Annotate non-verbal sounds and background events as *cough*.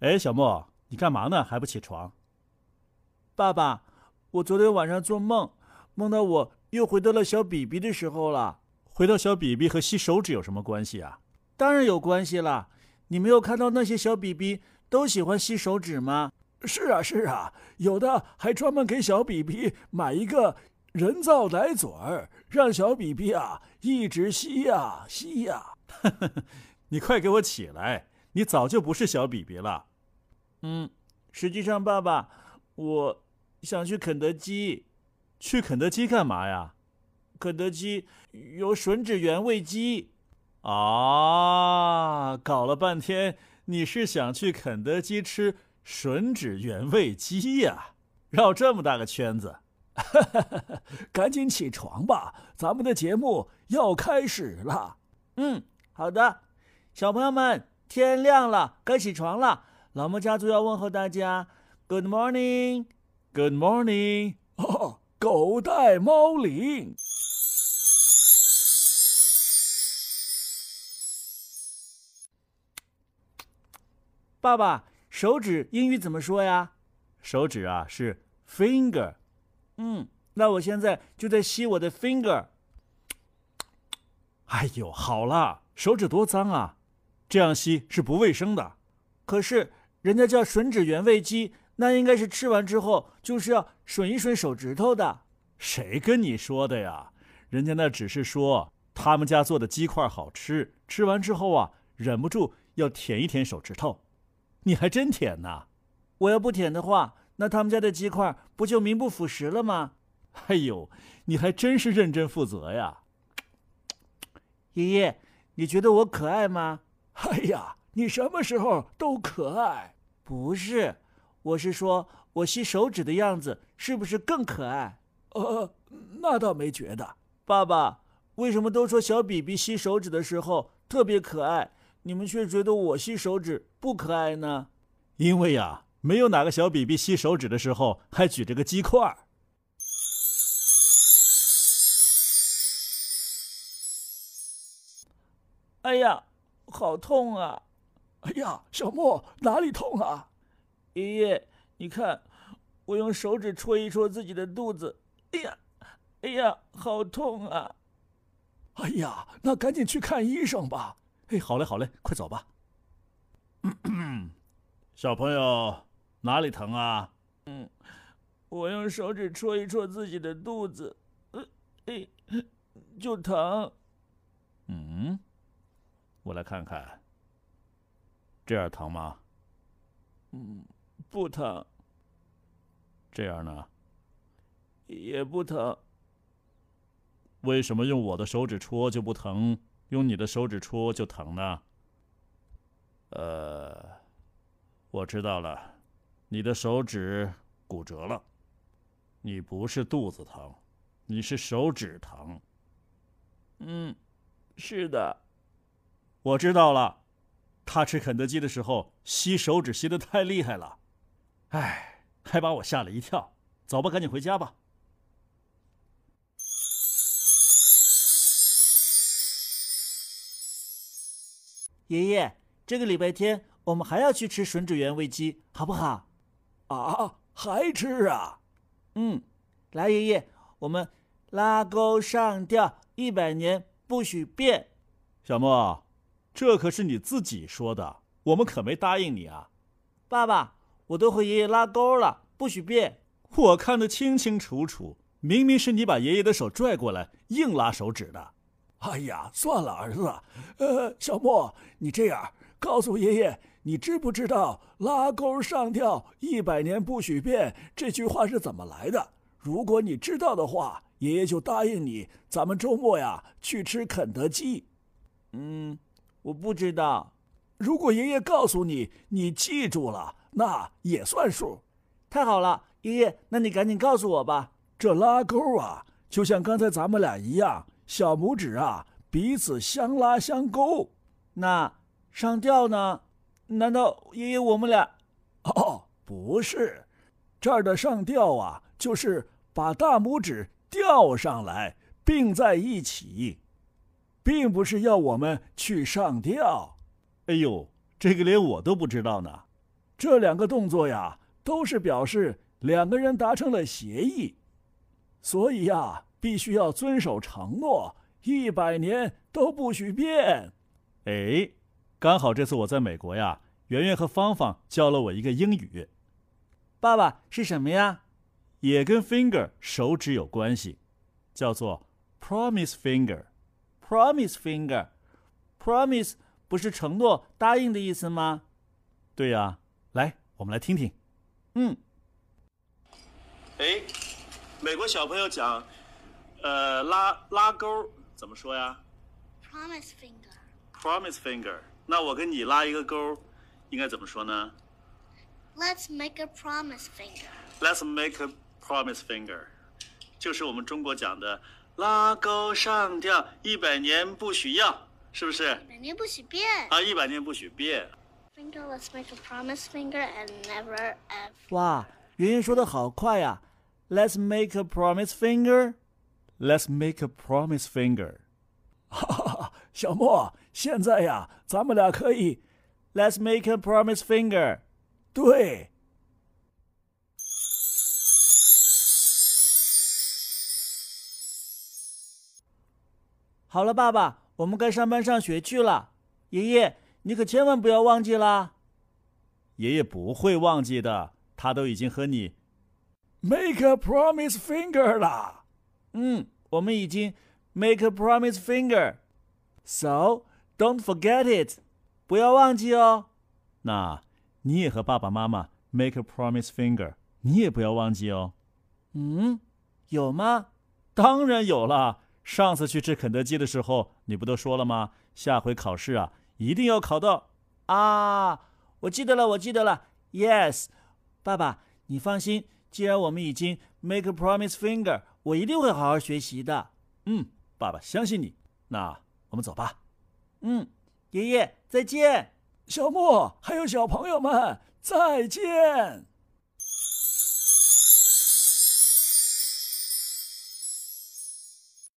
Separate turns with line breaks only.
哎，小莫，你干嘛呢？还不起床？
爸爸，我昨天晚上做梦，梦到我又回到了小比比的时候了。
回到小比比和吸手指有什么关系啊？
当然有关系啦！你没有看到那些小比比都喜欢吸手指吗？
是啊，是啊，有的还专门给小比比买一个人造奶嘴儿，让小比比啊一直吸呀、啊、吸
*laughs*
呀、
啊。你快给我起来！你早就不是小比比了。
嗯，实际上，爸爸，我想去肯德基。
去肯德基干嘛呀？
肯德基有吮指原味鸡。
啊，搞了半天，你是想去肯德基吃吮指原味鸡呀、啊？绕这么大个圈
*laughs*
子，
赶紧起床吧，咱们的节目要开始了。
嗯，好的，小朋友们，天亮了，该起床了。老莫家族要问候大家，Good morning，Good
morning。
哦，狗带猫铃。
爸爸，手指英语怎么说呀？
手指啊是 finger。
嗯，那我现在就在吸我的 finger。
哎呦，好啦，手指多脏啊，这样吸是不卫生的。
可是人家叫吮指原味鸡，那应该是吃完之后就是要吮一吮手指头的。
谁跟你说的呀？人家那只是说他们家做的鸡块好吃，吃完之后啊，忍不住要舔一舔手指头。你还真舔呐！
我要不舔的话，那他们家的鸡块不就名不副实了吗？
哎呦，你还真是认真负责呀！
爷爷，你觉得我可爱吗？
哎呀，你什么时候都可爱。
不是，我是说我吸手指的样子是不是更可爱？
呃，那倒没觉得。
爸爸，为什么都说小比比吸手指的时候特别可爱？你们却觉得我吸手指不可爱呢，
因为呀、啊，没有哪个小比比吸手指的时候还举着个鸡块儿。
哎呀，好痛啊！
哎呀，小莫哪里痛啊？
爷爷，你看，我用手指戳一戳自己的肚子，哎呀，哎呀，好痛啊！
哎呀，那赶紧去看医生吧。
嘿，哎好嘞，好嘞，快走吧。 *clears throat* 小朋友，哪里疼啊？
嗯，我用手指戳一戳自己的肚子，呃，哎，就疼。
嗯，我来看看，这样疼吗？
嗯，不疼。
这样呢？
也不疼。
为什么用我的手指戳就不疼？用你的手指戳就疼呢？呃，我知道了，你的手指骨折了，你不是肚子疼，你是手指疼。
嗯，是的，
我知道了。他吃肯德基的时候吸手指吸的太厉害了，哎，还把我吓了一跳。走吧，赶紧回家吧。
爷爷，这个礼拜天我们还要去吃吮指原味鸡，好不好？
啊，还吃啊？
嗯，来，爷爷，我们拉钩上吊一百年不许变。
小莫，这可是你自己说的，我们可没答应你啊。
爸爸，我都和爷爷拉钩了，不许变。
我看得清清楚楚，明明是你把爷爷的手拽过来，硬拉手指的。
哎呀，算了，儿子。呃，小莫，你这样告诉爷爷，你知不知道“拉钩上吊，一百年不许变”这句话是怎么来的？如果你知道的话，爷爷就答应你，咱们周末呀去吃肯德基。
嗯，我不知道。
如果爷爷告诉你，你记住了，那也算数。
太好了，爷爷，那你赶紧告诉我吧。
这拉钩啊，就像刚才咱们俩一样。小拇指啊，彼此相拉相勾。
那上吊呢？难道爷爷我们俩？
哦，不是，这儿的上吊啊，就是把大拇指吊上来并在一起，并不是要我们去上吊。
哎呦，这个连我都不知道呢。
这两个动作呀，都是表示两个人达成了协议，所以呀，必须要遵守承诺，一百年都不许变。
哎，刚好这次我在美国呀，圆圆和芳芳教了我一个英语，
爸爸是什么呀？
也跟 finger 手指有关系，叫做 promise finger。
Promise finger，promise 不是承诺、答应的意思吗？
对呀、来，我们来听听。
嗯，
哎，美国小朋友讲，呃，拉拉钩怎么说呀
Promise finger.
？Promise finger。那我跟你拉一个钩，应该怎么说呢
Let's make a promise finger.
？Let's make a promise finger，就是我们中国讲的拉钩上吊，一百年不许要，是不是？
百年不许变。
啊，一百年不许变。
Finger, let's make a promise finger and never ever.
哇，圆圆说的好快呀、Let's make a promise finger。
Let's make a promise
*laughs*
finger。
小莫，现在呀，咱们俩可以
Let's make a promise finger。
对。
好了，爸爸，我们该上班上学去了。爷爷，你可千万不要忘记啦。
爷爷不会忘记的，他都已经和你
Make a promise finger 啦。
嗯，我们已经 make a promise finger。So don't forget it，不要忘记哦。
那你也和爸爸妈妈 make a promise finger，你也不要忘记哦。
嗯，有吗？
当然有了，上次去吃肯德基的时候，你不都说了吗？下回考试啊，一定要考到
啊，我记得了，我记得了。Yes，爸爸，你放心，既然我们已经 make a promise finger，我一定会好好学习的。
嗯，爸爸相信你。那我们走吧。
嗯，爷爷，再见。
小莫，还有小朋友们，再见。